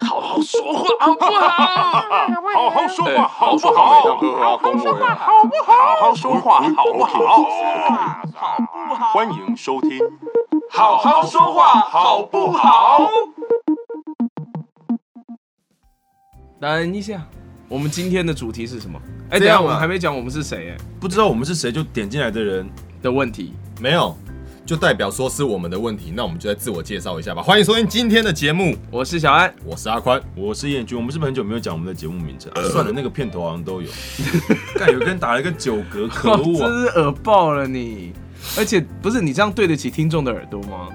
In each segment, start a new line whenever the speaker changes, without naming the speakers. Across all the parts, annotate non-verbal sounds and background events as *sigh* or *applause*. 好说话好不好？
好好说
哎
话，好不
好
好？
好好说话，
好不好？好好说话，好不好？
好不好？
欢迎收听，
好好说话好不好？
等一下，呃我们今天的主题是什么？哎、
这
等一下
样吧啊
我们还没讲我们是谁哎、
不知道我们是谁就点进来的人，
的问题。
没有，就代表说是我们的问题。那我们就来自我介绍一下吧。欢迎收听今天的节目，
我是小安，
我是阿宽。我是燕君，我们是不是很久没有讲我们的节目名称、啊？ *laughs* 算了，那个片头好像都有。 *laughs* 干，有个人打了一个九格，
*laughs*
可
真
恶啊！
是耳爆了你！而且不是你这样对得起听众的耳朵吗？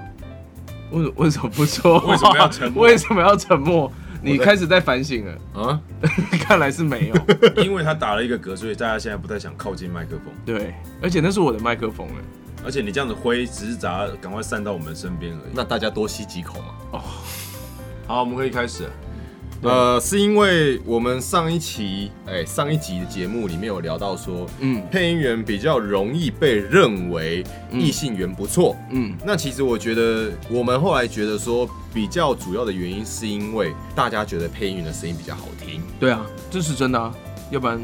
为为什么不说话？
为什么要沉默
为什么要沉默？你
我在
开始在反省了，*laughs*
*laughs* 啊， *laughs*
看来是没有。
因为他打了一个嗝，所以大家现在不太想靠近麦克风。
对，而且那是我的麦克风哎。
而且你这样子挥，只是砸，赶快散到我们身边而已。哦
那大家多吸几口嘛。
好，我们可以开始了。
呃，是因为我们上一期，哎、上一集的节目里面有聊到说，
嗯
配音员比较容易被认为异性缘不错。
嗯，
那其实我觉得，我们后来觉得说，比较主要的原因是因为大家觉得配音员的声音比较好听。
对啊，这是真的啊，要不然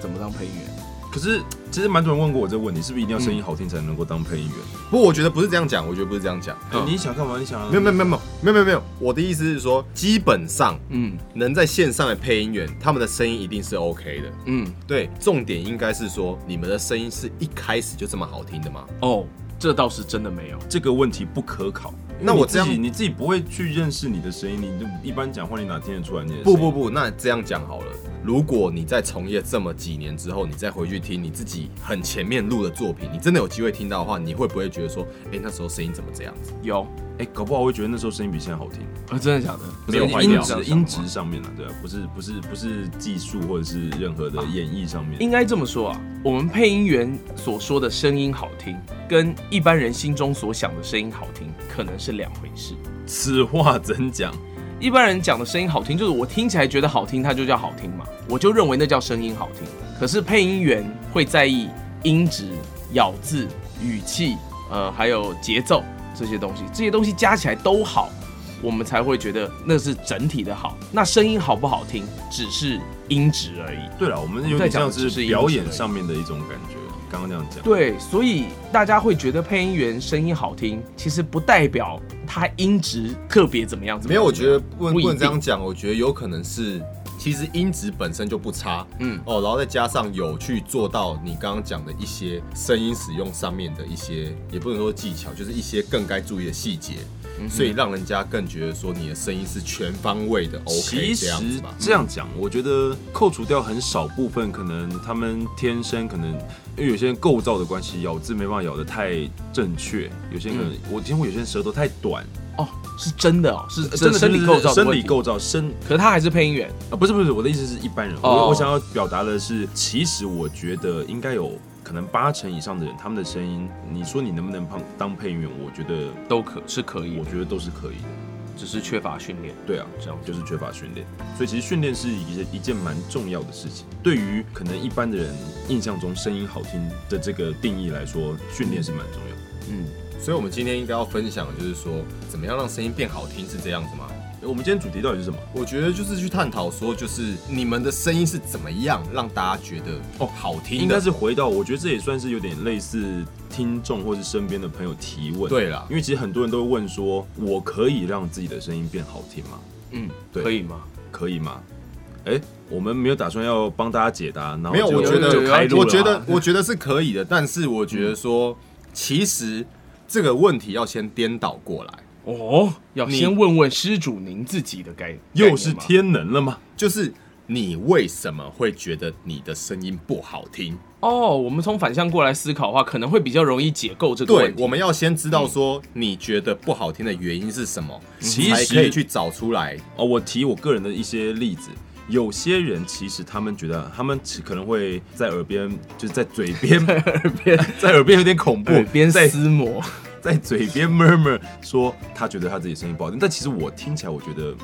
怎么当配音员？
可是其实蛮多人问过我这个问题，是不是一定要声音好听才能够当配音员？
不过我觉得不是这样讲，我觉得不是这样讲。
哎你想干嘛？你想啊
没有没有没有没有没有没有没有，我的意思是说，基本上
嗯
能在线上的配音员，他们的声音一定是 OK 的。
嗯，
对，重点应该是说，你们的声音是一开始就这么好听的吗？
哦，这倒是真的没有。
这个问题不可考。因为
那我
你自
这
己
样
你自己不会去认识你的声音，你就一般讲话你哪听得出来你的声
不
音？
不不，那这样讲好了，如果你在从业这么几年之后，你再回去听你自己很前面录的作品，你真的有机会听到的话，你会不会觉得说，哎、那时候声音怎么这样子？
有，
哎、搞不好我会觉得那时候声音比现在好听，
啊，真的假的？
不
没有
是
坏
音
掉
质音质上面的，对啊，不是不是不是技术或者是任何的演绎上面。
应该这么说啊，我们配音员所说的声音好听，跟一般人心中所想的声音好听，可能是两回事。
此话怎讲？
一般人讲的声音好听，就是我听起来觉得好听，它就叫好听嘛，我就认为那叫声音好听。可是配音员会在意音质、咬字、语气，呃，还有节奏这些东西，这些东西加起来都好，我们才会觉得那是整体的好。那声音好不好听，只是音质而已。
对了，我们有
在
点
讲
像
的只是
是
音质
表
而
演
已
上面的一种感觉，刚刚那样讲。
对，所以大家会觉得配音员声音好听，其实不代表他音质特别怎么样。怎么
没
样
有，我觉得
一
不
定
不能这样讲，我觉得有可能是。其实音质本身就不差，
嗯
嗯哦，然后再加上有去做到你刚刚讲的一些声音使用上面的一些，也不能说技巧，就是一些更该注意的细节，所以让人家更觉得说你的声音是全方位的 OK
其
这
实
样子吧。
这样讲，我觉得扣除掉很少部分，可能他们天生可能因为有些人构造的关系，咬字没办法咬得太正确，有些人可能、我听过有些人舌头太短，
哦，是真的哦，是真
真的
生理构造，
生理，构造身
可是他还是配音员。
啊，不是不是，我的意思是一般人。
哦
我我想要表达的是，其实我觉得应该有可能八成以上的人，他们的声音，你说你能不能当当配音员？我觉得
都可是可以
我，觉得都是可以的。
只是缺乏训练。
对啊，
这样
就是缺乏训练，所以其实训练是一件一件蛮重要的事情。对于可能一般的人印象中声音好听的这个定义来说，训练是蛮重要的。
嗯，
所以，我们今天应该要分享，就是说，怎么样让声音变好听，是这样子吗？
我们今天主题到底是什么？
我觉得就是去探讨说，就是你们的声音是怎么样让大家觉得哦好听的。
应该是回到，我觉得这也算是有点类似听众或是身边的朋友提问。
对啦
因为其实很多人都会问说，我可以让自己的声音变好听吗？
嗯，
对
可以吗？
可以吗？哎、我们没有打算要帮大家解答，然后
没有，
就
我觉
就开
得
路了
我
嘛
觉得我觉得是可以的，但是我觉得说，其实这个问题要先颠倒过来，
哦，要
你
先问问施主您自己的概
又是，
概念吗
天能了吗？
就是你为什么会觉得你的声音不好听？
哦，我们从反向过来思考的话，可能会比较容易解构这个
对
问，题。
我们要先知道说你觉得不好听的原因是什么，
其
才
实
可以去找出来。
哦，我提我个人的一些例子。有些人其实他们觉得，他们可能会在耳边，就是在嘴边，
耳边
在耳边有点恐怖，
耳边
在
撕磨。
在嘴边 murmur 说他觉得他自己声音不好听，但其实我听起来我觉得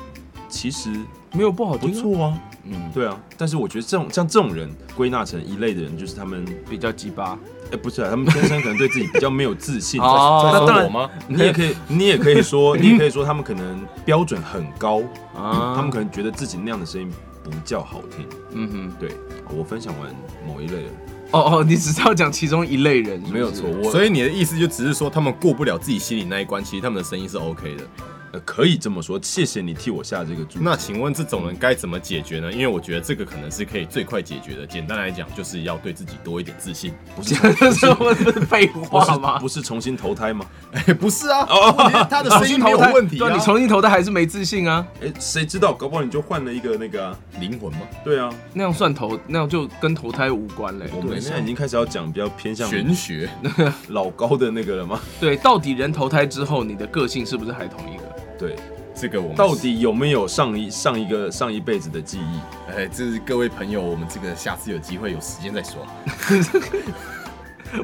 其实
没有不好
不
听啊、
错啊，
嗯，
对啊。但是我觉得这种像这种人归纳成一类的人，就是他们
比较鸡巴。
哎，不是啊，他们天生可能对自己比较没有自信。
哦
在
那当
说我
然
吗？
你也可以，你也可以说，你也可以说，他们可能标准很高，
啊
他们可能觉得自己那样的声音不叫好听。
嗯哼，
对，我分享完某一类了，
哦哦，你只是要讲其中一类人，
没有错，，我
所以你的意思就只是说，他们过不了自己心里那一关，其实他们的声音是 OK 的。
呃可以这么说。谢谢你替我下这个注。
那请问这种人该怎么解决呢？因为我觉得这个可能是可以最快解决的。简单来讲，就是要对自己多一点自信。
*laughs*
不是
这是我是废
不
话
是
吗？
不是重新投胎吗？
哎，不是啊，问题是他的声音没有问题
对啊，
啊
你。重新投胎还是没自信啊？
哎，谁知道？搞不好你就换了一个那个啊。
灵魂吗？
对啊，
那样算投，那样就跟投胎无关嘞。
我
对
们现在已经开始要讲比较偏向
玄学，
*laughs* 老高的那个了吗？
对，到底人投胎之后，你的个性是不是还同一个？
对，
这个我们
到底有没有上一上一个上一辈子的记忆？
哎，这是各位朋友，我们这个下次有机会有时间再说。
*laughs*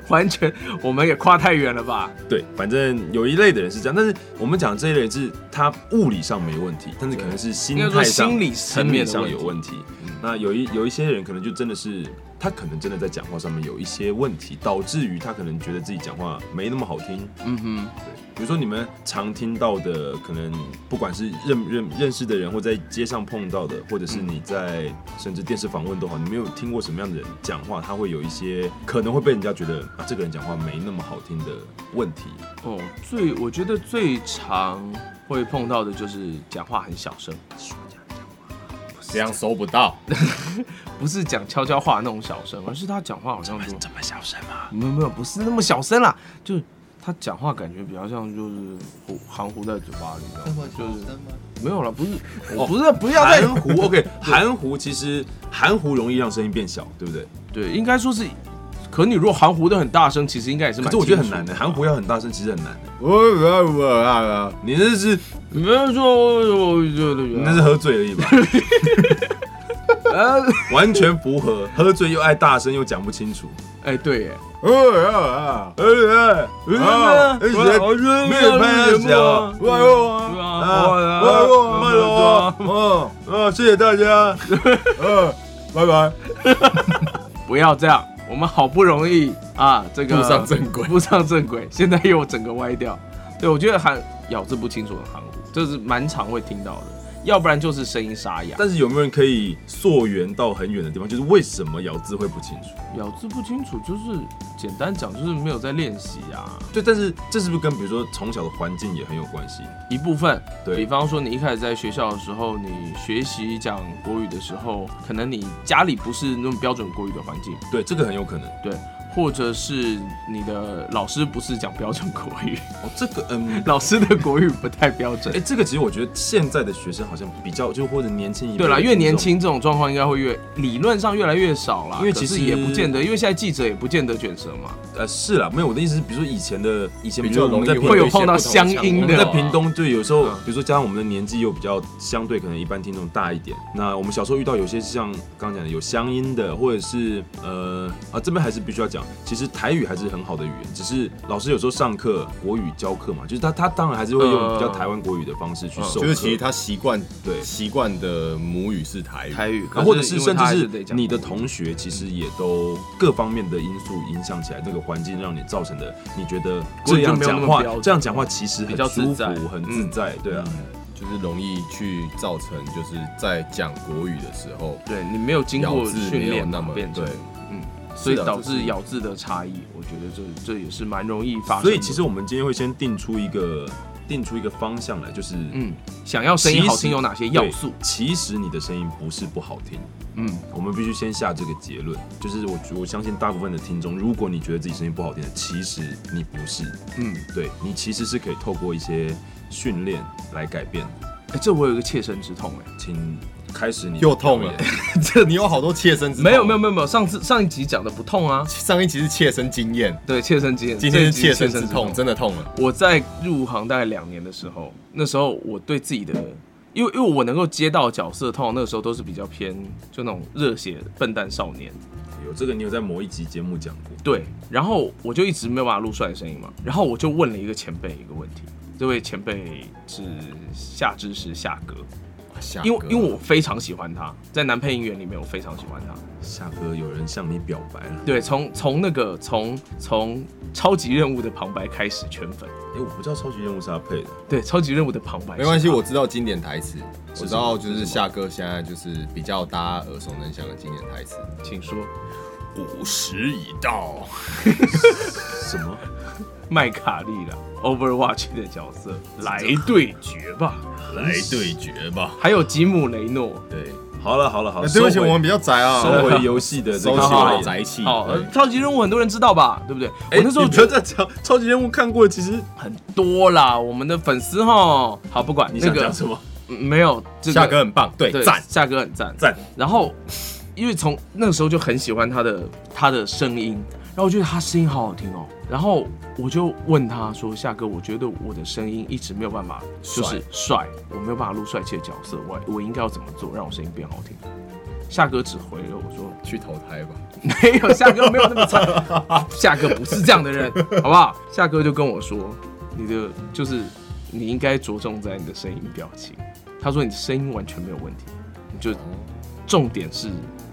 完全，我们也跨太远了吧？
对，反正有一类的人是这样，但是我们讲这一类是他物理上没问题，但是可能是心
应该说
态上、
心理
层
层面
面
的
上
问
有
题嗯
问题。那有一有一些人可能就真的是他可能真的在讲话上面有一些问题，导致于他可能觉得自己讲话没那么好听。
嗯哼，
对，比如说你们常听到的，可能不管是认认认识的人，或在街上碰到的，或者
嗯
是你在、甚至电视访问都好，你没有听过什么样的人讲话，他会有一些可能会被人家觉得啊，这个人讲话没那么好听的问题。
哦，最我觉得最常会碰到的就是讲话很小声，
这样收不到，
不是讲悄悄话那种小声，而是他讲话好像就
这么小声吗？
没有没有，不是那么小声啦，就是他讲话感觉比较像就是糊含糊在嘴巴里，你知道吗？就是没有了，不是，我不是不要再
含 *laughs* 糊，OK，含糊其实含糊容易让声音变小，对不对？
对，应该说是，可你如果含糊的很大声，其实应该也是蛮
可
清楚。
是我觉得很难的，含糊要很大声，其实很难的。你那是
没有说，我觉得
你那是喝醉而已 *laughs* 吧？
呃，
完全符合，喝醉又爱大声又讲不清楚。
哎，对耶，
呃呃呃，
没
呃呃没有拍小，
对
哇
啊，
哎啊
我
哇哇慢了哦，啊，谢谢大家，嗯，拜拜。
不要这样，我们好不容易啊，这个
步上正轨
步上正轨，现在又整个歪掉。对，我觉得含咬字不清楚很含糊，这是蛮常会听到的，要不然就是声音沙哑。
但是有没有人可以溯源到很远的地方？就是为什么咬字会不清楚？
咬字不清楚，就是简单讲，就是没有在练习啊。
对，但是这是不是跟比如说从小的环境也很有关系？
一部分，
对
比方说你一开始在学校的时候，你学习讲国语的时候，可能你家里不是那种标准国语的环境，
对，这个很有可能。
对，或者是你的老师不是讲标准国语， *laughs*
哦，这个嗯，
老师的国语不太标准
哎，。这个其实我觉得现在的学生好像比较，就或者年轻一辈
对
的
啦，
听
越
众
年，轻这种状况应该会越理论上越来越少啦，
因为
可
其实
是也不见得，因为现在记者也不见得卷舌嘛，
呃，是啦，没有我的意思是，比如说以前的以前，比
比
如
较
说我
容
们
易
在
会有
一些
碰到
不同的
相
腔
应
调
的
在
啊
屏东就有时候
嗯，
比如说加上我们的年纪又比较相对，可能一般听众大一点。那我们小时候遇到有些像刚刚讲的有乡音的，或者是呃啊这边还是必须要讲，其实台语还是很好的语言，只是老师有时候上课国语教课嘛，就是他他当然还是会用比较台湾国语的方式去授
就
课，
是其实他习惯
对
习惯的母语是台语，
台语，
啊或者是
因为
甚
他还
至
得
是
讲
你的同学，其实也都各方面的因素影响起来，这个环境让你造成的，你觉得
就
这样
没有那么
讲话
标，准
这样讲话其实
比
很
较自
舒
在嗯
服，很自在，对啊。
就是容易去造成就是在讲国语的时候，
对你没有经过
咬字
训
没有
练嘛，
那么
变成
对，
嗯，所以
是啊
导
这
致
是
咬字的差异，我觉得这这也是蛮容易发生的。
所以其实我们今天会先定出一个定出一个方向来，就是
嗯，想要声音好
其实
听有哪些要素
对？其实你的声音不是不好听，
嗯，
我们必须先下这个结论。就是我我相信大部分的听众，如果你觉得自己声音不好听的，其实你不是，
嗯，
对你其实是可以透过一些训练来改变的。
哎、这我有一个切身之痛哎、
请开始你的
又痛了
表演。
*laughs* 这你有好多切身之
没有没有
有，
没有没有，上次上一集讲的不痛啊，
上一集是切身经验，
对，切身经验，
今天是
这一集
切
是
身
之
之痛，真的痛了。
我在入行大概两年的时候，那时候我对自己的，因为因为我能够接到的角色，通常那个时候都是比较偏就那种热血笨蛋少年，
有这个你有在某一集节目讲过，
对，然后我就一直没有办法录出来的声音嘛，然后我就问了一个前辈一个问题，这位前辈是夏之时夏哥，
夏
因为
哥
因为我非常喜欢他，在男配音员里面我非常喜欢他。
夏哥，有人向你表白了。
对，从从那个从从超级任务的旁白开始圈粉，
哎、我不知道超级任务是他配的，
对，超级任务的旁白
没关系，
是他
我知道经典台词，我知道就是
是什么
夏哥现在就是比较大家耳熟能详的经典台词。
请说
午时已到，
什么？
麦卡利了 Overwatch 的角色来对决吧，
来对决吧。
还有吉姆雷诺。
对，
好了好了
哎
好了，
那对不起，
收
我
回
们比较宅啊，
收回游戏的这
收
个
起
好
我
好
的宅气。
哦，
对
呃超级任务很多人知道吧，对不对？
嗯哎、
我那时候
你不要
觉得
再讲超级任务看过，其实
很多啦，我们的粉丝哈，好不管
你
那
想
个
讲什么？
嗯没有这个
夏哥很棒，对
对，
赞，
夏哥很赞
赞。
然后因为从那个时候就很喜欢他的他的声音，然后我觉得他声音好好听哦。然后我就问他说：“夏哥，我觉得我的声音一直没有办法，就是帅，我没有办法录帅气的角色，我我应该要怎么做让我声音变好听？”夏哥只回了我说
去投胎吧。：“
没有，夏哥没有那么惨，夏哥不是这样的人，好不好？”夏哥就跟我说：“你的就是你应该着重在你的声音表情。”他说：“你的声音完全没有问题，你就重点是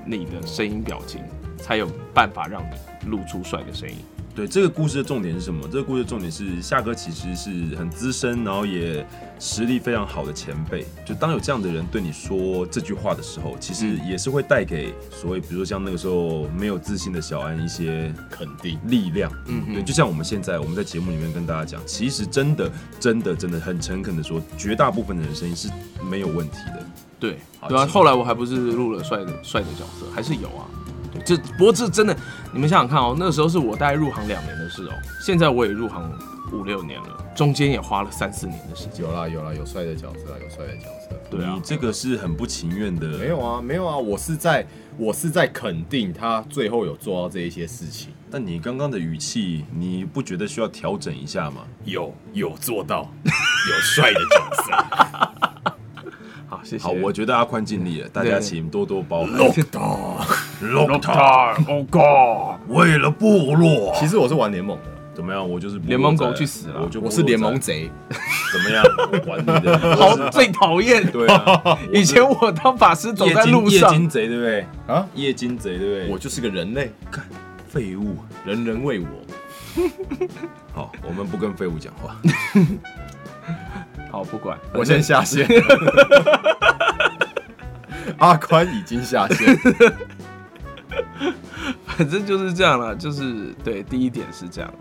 你的声音表情，才有办法让你露出帅的声音。
对，这个故事的重点是什么？这个故事的重点是夏哥其实是很资深，然后也实力非常好的前辈。就当有这样的人对你说这句话的时候，其实也是会带给所谓，比如说像那个时候没有自信的小安一些
肯定，
力量。
嗯哼
对，就像我们现在我们在节目里面跟大家讲，其实真的真的真的很诚恳的说，绝大部分的人声音是没有问题的。
对，
好
对啊。
请
后来我还不是录了帅的帅的角色，还是有啊。对，这不过这真的，你们想想看哦，那时候是我大概入行两年的事哦，现在我也入行五六年了，中间也花了三四年的时间。
有啦有啦，有帅的角色啊，有帅的角色。
对啊
你，这个是很不情愿的。
没有啊，没有啊，我是在我是在肯定他最后有做到这一些事情，
但你刚刚的语气，你不觉得需要调整一下吗？
有有做到，有帅的角色
好，啊谢谢。
好，
*laughs*
我觉得阿宽尽力了，大家
对
请多多包涵。
做到。
龙塔，
Oh God！
为了部落，
*laughs* 其实我是玩联盟的，
怎么样？我就是部落
联盟狗
仔
去死了
我就
哦我是联盟
仔
贼，
怎么样？我管你的，
好
我是
最讨厌。，
对啊
以前我当法师走
我是
在路
夜金夜
上，
金贼对不对？
啊，
夜金贼对不对？
我就是个人类，
我干废物。
人人为我。
好，我们不跟废物讲话。
好不管， *laughs*
我先下线， *laughs* 阿宽已经下线，
反正就是这样了，就是对，第一点是这样，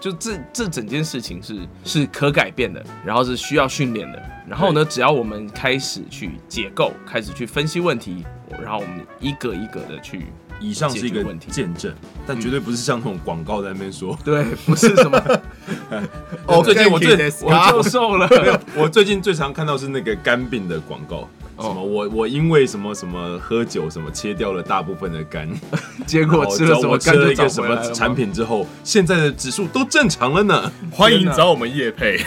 就这这整件事情是是可改变的，然后是需要训练的，然后呢，只要我们开始去解构，开始去分析问题，然后我们一个一个的去，
以上是一
解
个
决问题
见证，但绝对不是像那种广告在那边说。
对，不是
*laughs*
什么，
哦
最近我最
我就瘦了，
没有，我最近最常看到是那个干病的广告，
哦
什么我我因为什么什么喝酒什么切掉了大部分的肝，
*laughs* 结
然
果
后
吃了什么
我吃
干
了
就
一个
长
什
回来
么
了吗
产，品之后，现在的指数都正常了呢。
*laughs* 欢迎找我们叶配，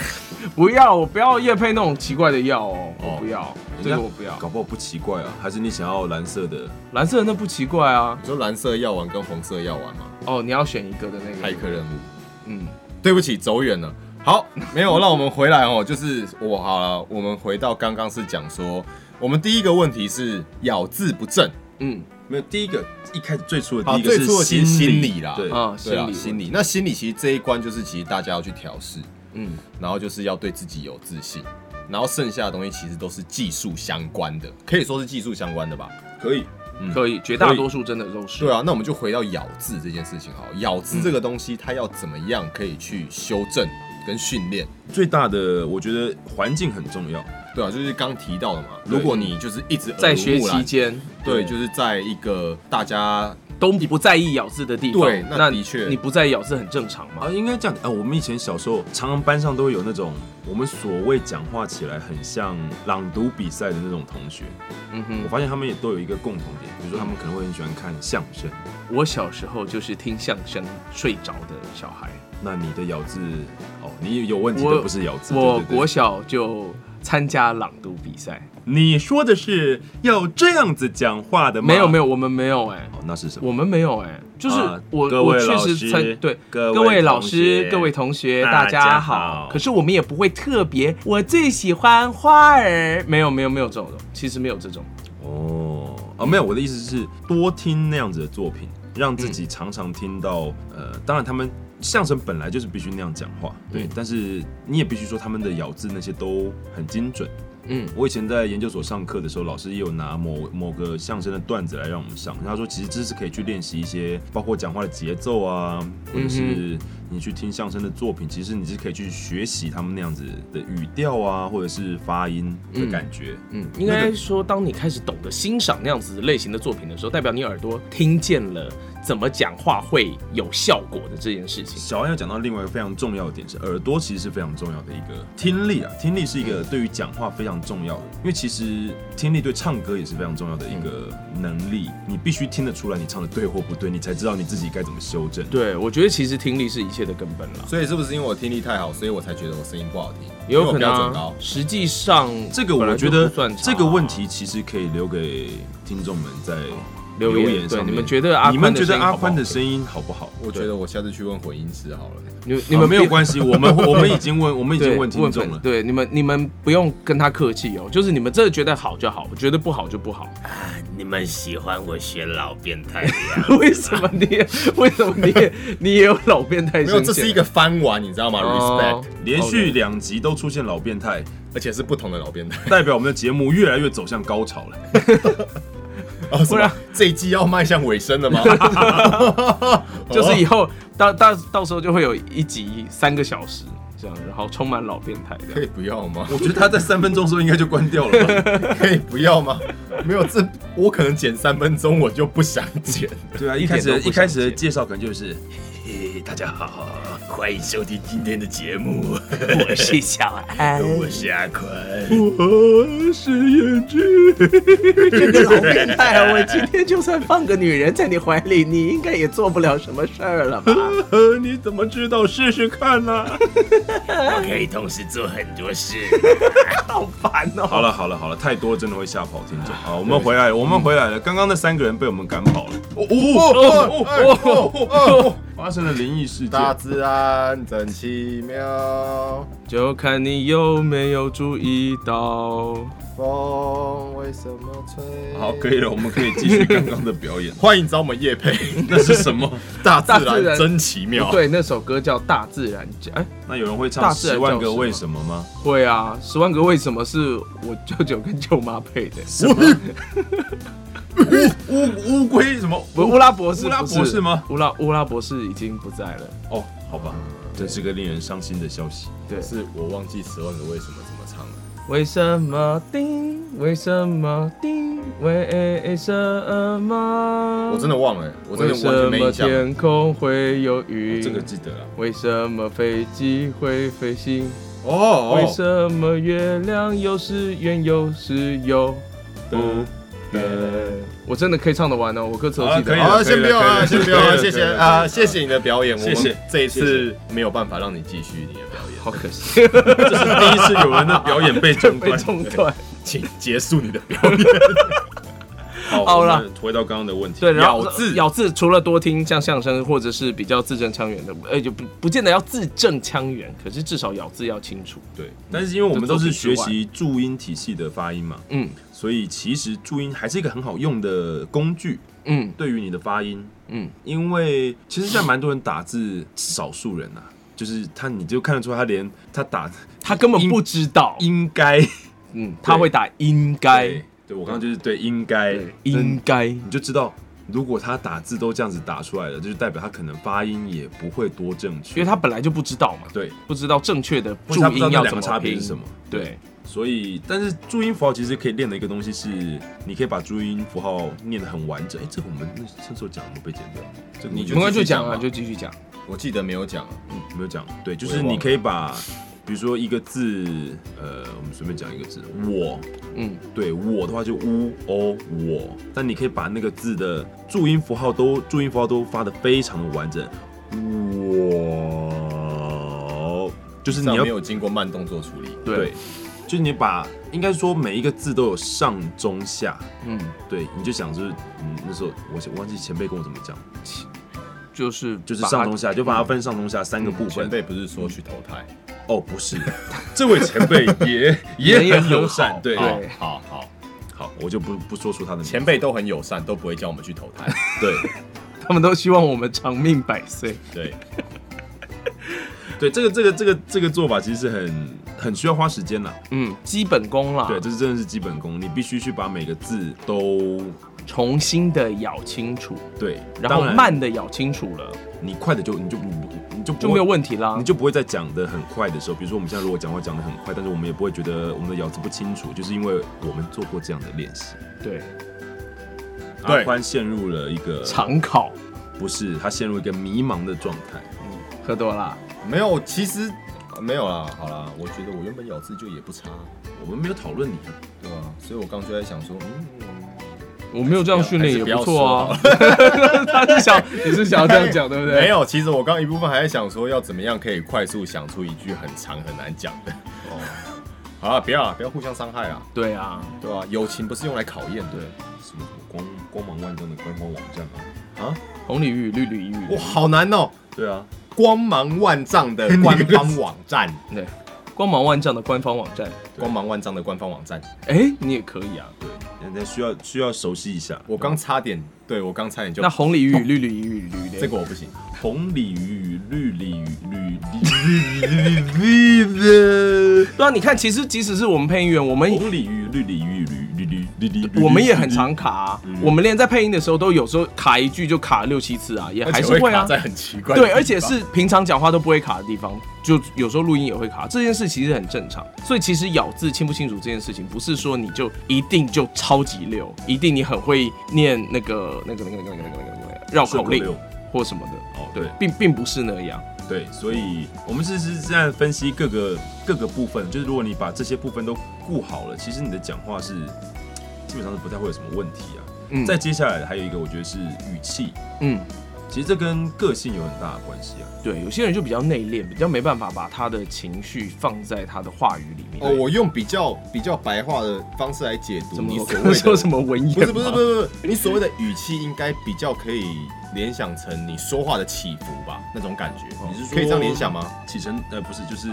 不要，我不要夜配那种奇怪的药哦，我
哦
不要，这个我不要，
搞不好不奇怪啊，还是你想要蓝色的？
蓝色的那不奇怪啊，
你说蓝色药丸跟红色药丸吗？
哦，你要选一个的那个，
骇客任务。
嗯，
对不起，走远了。好，没有，让我们回来哦。就是我好了，我们回到刚刚是讲说，我们第一个问题是咬字不正，
嗯
没有，第一个一开始最初的
好
第一个
最
是
初的其实
心
心理啦
对，
啊，
对啊，
心
心
理，
理。那心理其实这一关就是，其实大家要去调试，
嗯。
然后就是要对自己有自信，然后剩下的东西其实都是技术相关的，可以说是技术相关的吧。
可以。
可以，绝大多数真的都是。
嗯对啊，那我们就回到咬字这件事情好了，咬字这个东西，它要怎么样可以去修正跟训练？
最大的我觉得环境很重要，
对啊，就是刚提到的嘛。
对
如果你就是一直耳濡
在学
目染
期间
对，就是在一个大家
都不在意咬字的地方，
对那
那
的确
你不在意咬字很正常嘛
啊，。应该这样啊。我们以前小时候，常常班上都会有那种我们所谓讲话起来很像朗读比赛的那种同学。
嗯
我
哼，
发现他们也都有一个共同点，比如说他们可能会很喜欢看相声。
我小时候就是听相声睡着的小孩，
那你的咬字哦，你有问题
我
的不是咬字。
我
对对对
国小就参加朗读比赛，
你说的是要这样子讲话的吗？
没有没有，我们没有哎、
哦，那是什么？
我们没有哎、就是
啊
我、
各
我
位
确
老
实
师
参对
各位
位老
同
师
学
各位同学
大
大家
家
好
好，
可是我们也不会特别，我最喜欢花儿，没有没有没有这种的，其实没有这种。
哦，啊，没有，我的意思是多听那样子的作品，让自己常常听到。呃，当然他们相声本来就是必须那样讲话，对，
嗯
但是你也必须说他们的咬字那些都很精准。
嗯
我以前在研究所上课的时候，老师也有拿某某个相声的段子来让我们上。他说，其实这是可以去练习一些，包括讲话的节奏啊，或者
嗯
是你去听相声的作品，其实你是可以去学习他们那样子的语调啊，或者是发音的感觉。
嗯，应该说，当你开始懂得欣赏那样子类型的作品的时候，代表你耳朵听见了怎么讲话会有效果的这件事情。
小安要讲到另外一个非常重要的点是，耳朵其实是非常重要的一个听力啊，听力是一
嗯
个对于讲话非常重要的，因为其实听力对唱歌也是非常重要的一个
嗯
能力，你必须听得出来你唱的对或不对，你才知道你自己该怎么修正。
对，我觉得其实听力是一切的根本了，
所以是不是因为我听力太好，所以我才觉得我声音不好听？
也有可
因为
能
我标准
啊
高。。
实际上，
这个
本
我
来就
觉得
不算差啊
这个问题其实可以留给听众们在
留
留
言
言上面。
对你们觉得阿
你们觉
宽的声
得
音好
阿
不好
宽的声音好不好？
我觉得我下次去问混音师好了。
你你
你
们
们没有
不
关系，我们 *laughs* 我们已经问我们已
对
经问听众
粉
了。
对你们你们不用跟他客气哦，就是你们真的觉得好就好，觉得不好就不好。
啊你们喜欢我学老变态的样
*laughs*
子
为什么你也为什么你也你也有老变态？
没有，这是一个翻玩，你知道吗
哦
？Respect，
连续两集都出现老变态，
而且是不同的老变态。
代表我们的节目越来越走向高潮了。
哦，
不
不
然
然这一季要迈向尾声了吗？
哦
就是以后到到到时候就会有一集三个小时这样，然后充满老变态
可
的。
以不要吗？
我觉得他在三分钟的时候应该就关掉
*laughs*
了吧。
可以不要吗？没有，这我可能剪三分钟，我就不想剪。
对啊，一开
一点都
始
不想
一开始的介绍可能就是
嘿大家好，欢迎收听今天的节
*laughs*
目，我是小
哎
安，我是阿坤。
*laughs* 这个老变态，我今天就算放个女人在你怀里，你应该也做不了什么事儿了吧？
呃，你怎么知道？试试看呢、
我可以同时做很多事。
好烦哦。
好了好了好了，太多真的会吓跑听众。好，我们回来了，我们回来了。刚刚那三个人被我们赶跑了。哦哦哦哦哦哦！发生了灵异事件。
大自然真奇妙，
*laughs* 就看你有没有注意到。
风为什么吹？。
好，可以
*laughs*
了，我们可以继续刚刚的表演
欢迎找我们叶 *laughs* 佩。
那是什么？
大自
大自然
然真奇妙。
哎对，那首歌叫《大自然界》。哎，
那有人会唱
大
《
自然
十
叫
万个为什么》吗？
会啊，《十万个为什么》是我舅舅跟舅妈配的。
什么？乌乌乌龟什么？
不，乌拉博士
乌拉
不是
博士吗？
乌拉乌拉博士已经不在了。
哦，好吧，这是个令人伤心的消息。
对，
是我忘记十万个为什么怎么唱了。
为什么叮？为什么叮？为什么？
我真的忘了，我真的
为
完全
什
没
么
印象。
天空会有云？
这个记得啊了。
为什么飞机会飞行？
哦，
为什么月亮有时圆有时有？嗯
嗯
我真的可以唱得完哦，我歌词都记
好了可
得
以。
好
了
啊，先不要啊，
可以
先不
了
要
可
啊，
以了
谢
可以
谢
了可以
啊，谢谢你的表演，我
谢谢
们这一
谢
次没有办法让你继续你的表演，
好可惜，
这是第一次有人的表演被中
被 *laughs*
断。
中断。
请结束你的表演。
好
好
我
了
们回到刚刚的问题。
对，然后
咬字
咬字除了多听像相声或者是比较字正腔圆的，呃，就不不见得要字正腔圆，可是至少咬字要清楚。
对，但是因为我们都是学习注音体系的发音嘛，
嗯
所以其实注音还是一个很好用的工具，
嗯
对于你的发音。
嗯，
因为其实现在蛮多人打字，少数人啊，就是他你就看得出他连他打
他根本不知道，
应该，
嗯，他会打应该
对，对我刚刚就是对应该
对应该，
你就知道，如果他打字都这样子打出来了，就是代表他可能发音也不会多正
因为
确。
他本来就不知道嘛，
对，
不知道正确的注
或者他不知道
音
那
要
两
怎么
个差别是
拼
什么。
对，
所以，但是注音符号其实可以练的一个东西是，你可以把注音符号念得很完整。哎、这个我们那那时候讲有没有被剪掉？这个
你就
没关系，
继续
讲
讲
啊，
吧
就继续讲。
*laughs* 我记得没有讲啊，
有没有讲？对，就
我
是
也忘了
你可以把，比如说一个字，呃，我们随便讲一个字，我，
嗯，
对我的话就乌哦我，但你可以把那个字的注音符号都注音符号都发的非常的完整，我，就是
这样
你要
没有经过慢动作处理。
对，就是你把应该说每一个字都有上中下，
嗯，
对，你就想就是，嗯，那时候我我忘记前辈跟我怎么讲，
就是
就是
把它
上中下，就把它分上中下三个部
前
分。
辈不是说去投胎？
哦，不是，这位前辈也也
人也 *laughs*
很
很
友
好哦
善，对。
对
哦好好，
好，我就不不说出他的名字。
前辈都很友善，都不会叫我们去投 *laughs* 胎。
对
他们都希望我们长命百岁。
对对，这个这个这个这个做法其实是很很需要花时间啦。
嗯，基本功啦，
对，这是真的是基本功，你必须去把每个字都
重新的咬清楚，
对，
然后
当
慢的咬清楚了，
你快的就你就不你就不
就没有
会
问题啦
你。就不会在讲的很快的时候，比如说我们现在如果讲话讲的很快，但是我们也不会觉得我们的咬字不清楚，就是因为我们做过这样的练习。
对，
阿宽陷入了一个
常考
不是，他陷入一个迷茫的状态。
喝多啦，
没有，其实呃没有啦。好啦，我觉得我原本咬字就也不差，
我们没有讨论你，
对吧、所以我刚就在想说，嗯，
我没有这样训练
还
也
是不要
错啊。 *laughs* 他是想你是想要这样讲对不对？
没，有，其实我刚一部分还在想说，要怎么样可以快速想出一句很长很难讲的。哦 *laughs* 好啊了，不要啦，不要互相伤害啦，
对啊，
对吧、友情不是用来考验的。
什么光光芒万丈的官方网站啊？
红鲤鱼、绿鲤鱼，
哇，好难哦、
对啊，
光芒万丈的官方网站，
对，光芒万丈的官方网站，
光芒万丈的官方网站。
哎，你也可以啊。
人家需要需要熟悉一下。
我刚差点，对我刚差点就
那红鲤鱼、绿鲤鱼、绿
这
鲤鱼，
个我不行。
红鲤鱼与绿鲤鱼，绿鲤鱼，绿鲤鱼，
对啊，你看，其实即使是我们配音员，我们
哦
红鲤鱼，绿鲤鱼，绿鲤鱼，绿鲤鱼，
我们也很常卡、啊，
嗯
我们连在配音的时候都有时候卡一句就卡六七次啊，也还是
而且
会
卡
啊。
在很奇怪的地
对，
方。
而且是平常讲话都不会卡的地方，就有时候录音也会卡，这件事其实很正常。所以其实咬字清不清楚这件事情，不是说你就一定就超级溜，一定你很会念那个那个那个那个那个那个那个那个绕口令
顺口溜
或什么的，
哦
对
对，
并并不是那样。
对，所以我们是是在分析各个各个部分，就是如果你把这些部分都顾好了，其实你的讲话是基本上是不太会有什么问题啊。
嗯
再接下来还有一个，我觉得是语气，
嗯，
其实这跟个性有很大的关系啊。
对，有些人就比较内敛，比较没办法把他的情绪放在他的话语里面。
哦，我用比较比较白话的方式来解读
怎么
你
我
所
刚
谓
刚说
的
什么文言？
不是不是不，是，不是，你所谓的语气应该比较可以联想成你说话的起伏吧，那种感觉。
你是说
可以这样联想吗？？
起承呃不是，就是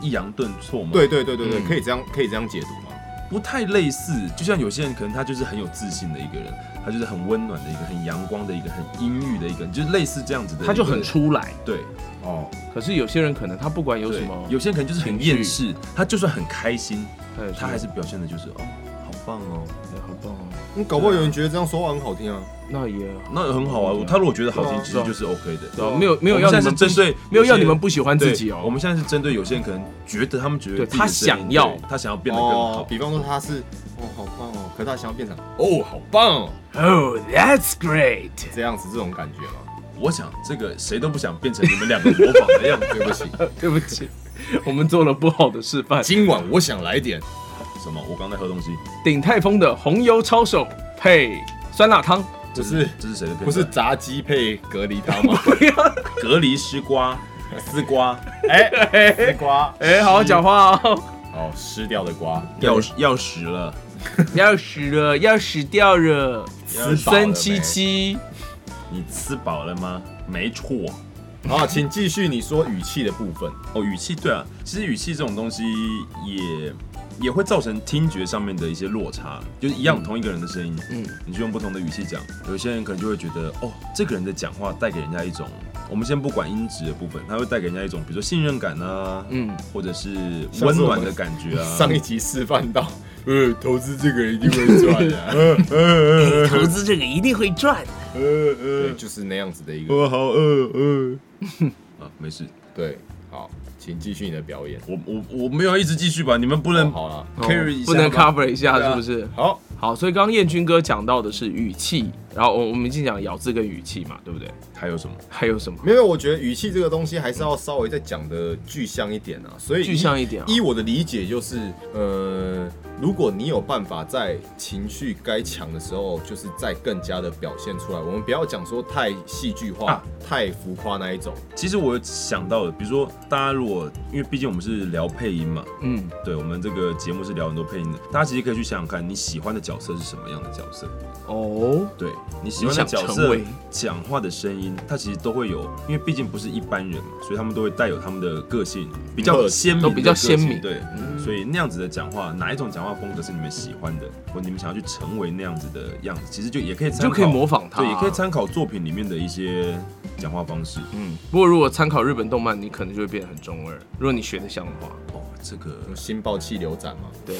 抑扬顿挫嘛。
对，对对对对，
嗯
可以这样可以这样解读吗？
不太类似。就像有些人可能他就是很有自信的一个人，他就是很温暖的一个，很阳光的一个，很阴郁的一个人，就是类似这样子的一个人。
他就很出来。
对，
哦，
可是有些人可能他不管有
对
什么，
有些人可能就是很
情绪
厌世，他就算很开心，
呃
他还是表现的就是哦，好棒哦，
很棒哦，
你嗯搞不好有人觉得这样说话很好听啊。
那也好
那很好啊。我他如果觉得好听，
对啊
其实就是 OK 的。
对啊没有没有
我
要
们现在
你们
是针
不
对
没有要
有些
你们不喜欢自
对
己哦。
我们现在是针对有些人可能觉得他们觉得
对
自己
他
的声音
想要
对他想要变得更好
哦，，比方说他是哦好棒哦，可是他想要变成哦好棒哦
Oh, that's great！ *laughs*
这样子这种感觉吗？
我想这个谁都不想变成你们两个模仿的样子，对不起。
对不起，我们做了不好的示范。
今晚我想来点
什么？我刚在喝东西，
鼎泰丰的红油抄手配酸辣汤，
不
这
是
这是谁的片段？
不是炸鸡配隔离汤吗？
隔离丝瓜，丝瓜
哎， *laughs* 丝瓜，
哎，好好讲话哦。
哦，湿掉的瓜，
*laughs* 要要死了，
*laughs* 要死了，要死掉了，
吃饱了
三
没
七七。
你吃饱了吗？没错。
啊，请继续你说语气的部分。
哦，语气对啊，其实语气这种东西也也会造成听觉上面的一些落差，就是一样同一个人的声音，
嗯
嗯，你就用不同的语气讲，有些人可能就会觉得，哦，这个人的讲话带给人家一种，我们先不管音质的部分，他会带给人家一种，比如说信任感啊，
嗯
嗯，或者是
像
温
是我
暖
们
的感觉啊，
上一集示范到， *laughs* 呃，投资这个人一定会赚 *laughs* 的、呃呃呃呃
哎投资这个一定会赚。
对，就是那样子的一个，
我好饿，饿。 *laughs* 啊，没事，
对，好，请继续你的表演。
我我我没有要一直继续吧，你们不能、
哦好了，
carry 一下
不能
吧
cover 一下
对啊
是不是？
好，
好，所以刚刚彦军哥讲到的是语气，然后我我们已经讲咬字跟语气嘛，对不对？
还有什么？
还有什么？
没有，我觉得语气这个东西还是要稍微再讲的具象一点啊，所以
具象一点啊
依我的理解就是，呃，如果你有办法在情绪该强的时候，就是再更加的表现出来，我们不要讲说太戏剧化、
啊
太浮夸那一种。
其实我有想到的，比如说大家如果，因为毕竟我们是聊配音嘛，
嗯，
对我们这个节目是聊很多配音的，大家其实可以去想想看，你喜欢的角色是什么样的角色？
哦，
对，你喜欢的
你想
角
成
色
为
讲话的声音，它其实都会有，因为毕竟不是一般人嘛，所以他们都会带有他们的个性，比较鲜明的
嗯都
个
比
性，
较鲜明嗯
对，所以那样子的讲话，哪一种讲话风格是你们喜欢的，或你们想要去成为那样子的样子，其实就也可以参考
就可以模仿他啊
对，也可以参考作品里面的一些讲话方式。
嗯，不过如果参考日本动漫，你可能就会变得很中二。如果你学得像的话，
哦，这个
嗯
新爆气流斩嘛，
对，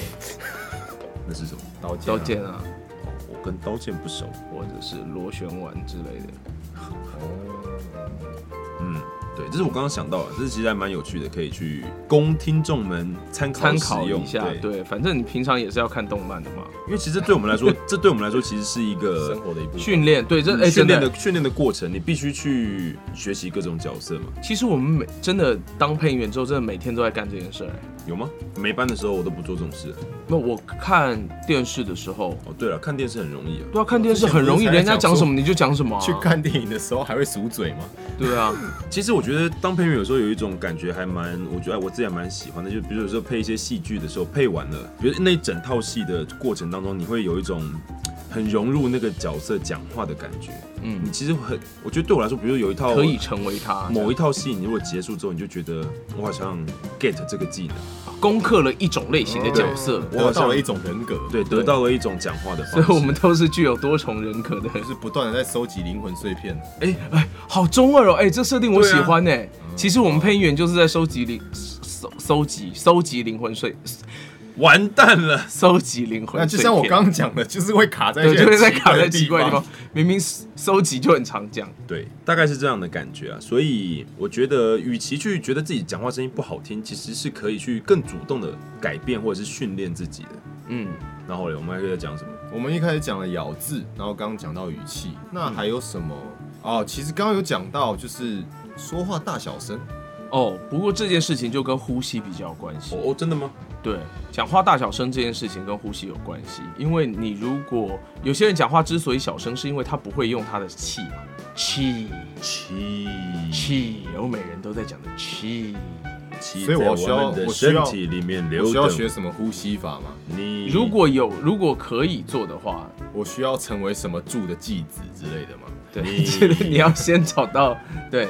那是什么？
刀剑、
刀剑，啊，
哦，我跟刀剑不熟。
或者是螺旋丸之类的。
嗯，对，这是我刚刚想到的，这是其实还蛮有趣的，可以去供听众们参考
参
使
考
用
一下，
对，
对，反正你平常也是要看动漫的嘛，
因为其实对我们
*laughs*
来说，这对我们来说其实是一个
生。活的一部分。
训练，对，这哎，真
训练的训练的过程，你必须去学习各种角色嘛？
其实我们每真的当配音员之后，真的每天都在干这件事儿、哎
有吗？没班的时候我都不做这种事。
那我看电视的时候，
哦，对了，看电视很容易啊。
对啊，看电视很容易，
之前不是才
人家讲
讲说
什么你就讲什么、啊，
去看电影的时候还会数嘴吗？
对啊，
其实我觉得当配音员有时候有一种感觉还蛮，我觉得哎我自己还蛮喜欢的，就比如有时候配一些戏剧的时候，配完了，比如那一整套戏的过程当中，你会有一种很融入那个角色讲话的感觉。
嗯
你，其实很，我觉得对我来说，比如有一套
可以成为他，
某一套戏，你如果结束之后，你就觉得我好像 get 这个技能，
攻克了一种类型的角色，
我好
得到
像
了一种人格，
对，得到了一种讲话的
所以
方式。
我们都是具有多重人格的。
就是不断的在收集灵魂碎片。
哎哎，好中二哦！哎，这设定我喜欢哎、其实我们配音员就是在收集灵搜搜集收集灵魂碎，
完
*laughs*
蛋了，
收集灵魂碎片。
那就像我刚刚讲的，就是会卡在一
对，
些
就会在
很
卡在
奇
奇怪
怪
的
的地
地方
方。。
明明收集就很常讲，
对，大概是这样的感觉啊。所以我觉得，与其去觉得自己讲话声音不好听，其实是可以去更主动的改变或者是训练自己的。
嗯，
然后嘞，我们还可以再讲什么？
我们一开始讲了咬字，然后刚刚讲到语气，那还有什么？哦，其实刚刚有讲到就是说话大小声，
哦，不过这件事情就跟呼吸比较有关系。
哦，真的吗？
对，讲话大小声这件事情跟呼吸有关系，因为你如果有些人讲话之所以小声，是因为他不会用他的气嘛，气
气
气，欧美人都在讲的气。
气
所以
在
我需要
们的
我需
身
要
体里面
我
流
需要
动。
学什么呼吸法吗？
你
如果有，如果可以做的话，
我需要成为什么柱的继子之类的吗？
对，
你
其实你要先找到，对，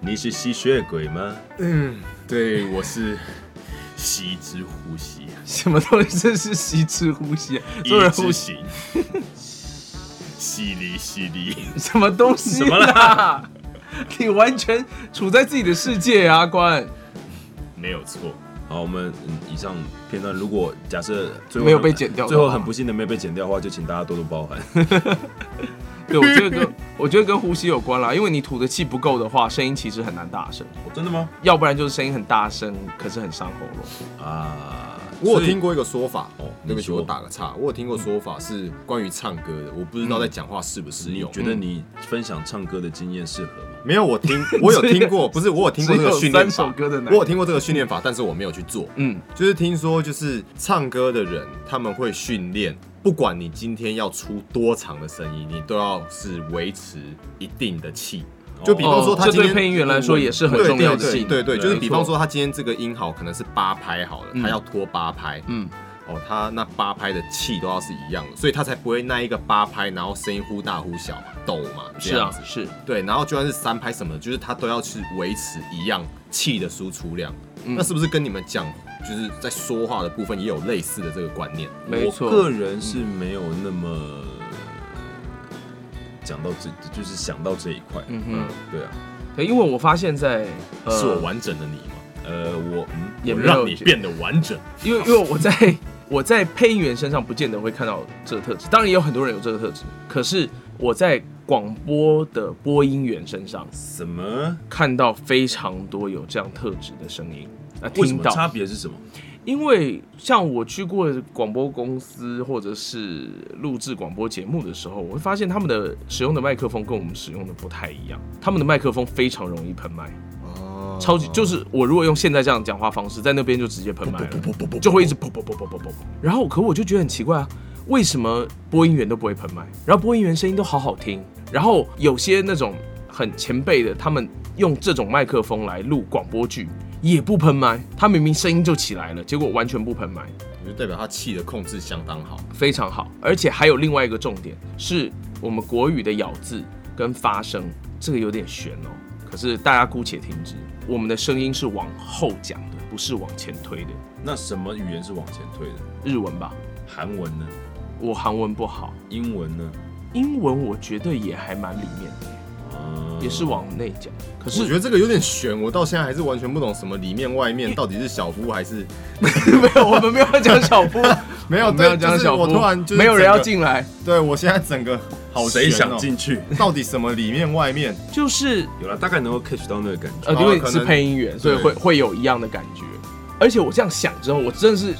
你是吸血鬼吗？
嗯，对，我是吸之呼吸，
什么东西这是吸吃呼吸啊，做人呼吸
吸，吸力吸力，
什么东西？什么啦？ *laughs* 你完全处在自己的世界啊，关
没有错。
好，我们嗯以上片段如果假设最后
没有被剪掉的话
最后很不幸的没被剪掉的话，就请大家多多包
*laughs*
涵。
对，我觉得跟我觉得跟呼吸有关啦，因为你吐的气不够的话，声音其实很难大声，
真的吗？
要不然就是声音很大声，可是很伤喉咙。嗯
啊，
我有
所以
听过一个说法，哦
哦，
对不起，
你说
我打个岔。我有听过说法是关于唱歌的，我不知道在讲话适不适
你
嗯
用。
觉得你分享唱歌的经验适合吗？
没有，我
*laughs*
听我有听过，不是我有听过这个训练
只有三
法
首歌的男人
我有听过这个训练法，但是我没有去做。
嗯，
就是听说，就是唱歌的人他们会训练，不管你今天要出多长的声音，你都要是维持一定的气。就比方说，
哦
他
这
今天、
对配音员来说也是很
对
重要的
对对
性
对对，
对
就是
没
比方
错
说，他今天这个音好可能是八拍好了，他要拖八拍，
嗯
嗯，哦，他那八拍的气都要是一样的，所以他才不会那一个八拍，然后声音忽大忽小嘛，抖嘛，
是
这样
啊
子。，
是，
对，然后就算是三拍什么的，就是他都要去维持一样气的输出量。
嗯
那是不是跟你们讲，就是在说话的部分也有类似的这个观念？
没
我个
错，嗯
人是没有那么呃讲到这，就是想到这一块。
嗯
嗯
哼
对啊，
对，因为我发现在，呃、
*laughs* 是我完整的你吗？
呃，我嗯，
也
我
没有
让你变得完整。
因为因为我在我在配音员身上不见得会看到这个特质，当然也有很多人有这个特质，可是我在广播的播音员身上
什么？
看到非常多有这样特质的声音。啊，
为什
听
么
到
差别是什么？
因为像我去过广播公司或者是录制广播节目的时候，我会发现他们的使用的麦克风跟我们使用的不太一样。他们的麦克风非常容易喷麦，
哦，
超级就是我如果用现在这样的讲话方式，在那边就直接喷麦了，就会一直啵啵啵啵啵啵啵。然后可我就觉得很奇怪啊，为什么播音员都不会喷麦？然后播音员声音都好好听，然后有些那种很前辈的，他们用这种麦克风来录广播剧。也不喷麦，他明明声音就起来了，结果完全不喷麦。
就代表他气的控制相当好。
非常好，而且还有另外一个重点是我们国语的咬字跟发声，这个有点悬哦。可是大家姑且听之，我们的声音是往后讲的，不是往前推的。
那什么语言是往前推的？
日文吧，
韩文呢？
我韩文不好，
英文呢？
英文我觉得也还蛮里面的，
嗯
也是往内讲。
啊
可
我觉
是
得这个有点悬，我到现在还是完全不懂什么里面外面到底是小夫还是
*laughs* 没有，我们没有要讲小夫，
*laughs* 没有
我们没有
对
讲
就是
小夫，
我突然就是
没有人
整
要
个
进来，
对我现在整个好悬哦
谁想？进去？
到底什么里面外面？
就是
有了，大概能够 catch 到那个感觉。
呃，
哦
因为你
可
是
能
配音员，所以
对
会会有一样的感觉。而且我这样想之后，我真的是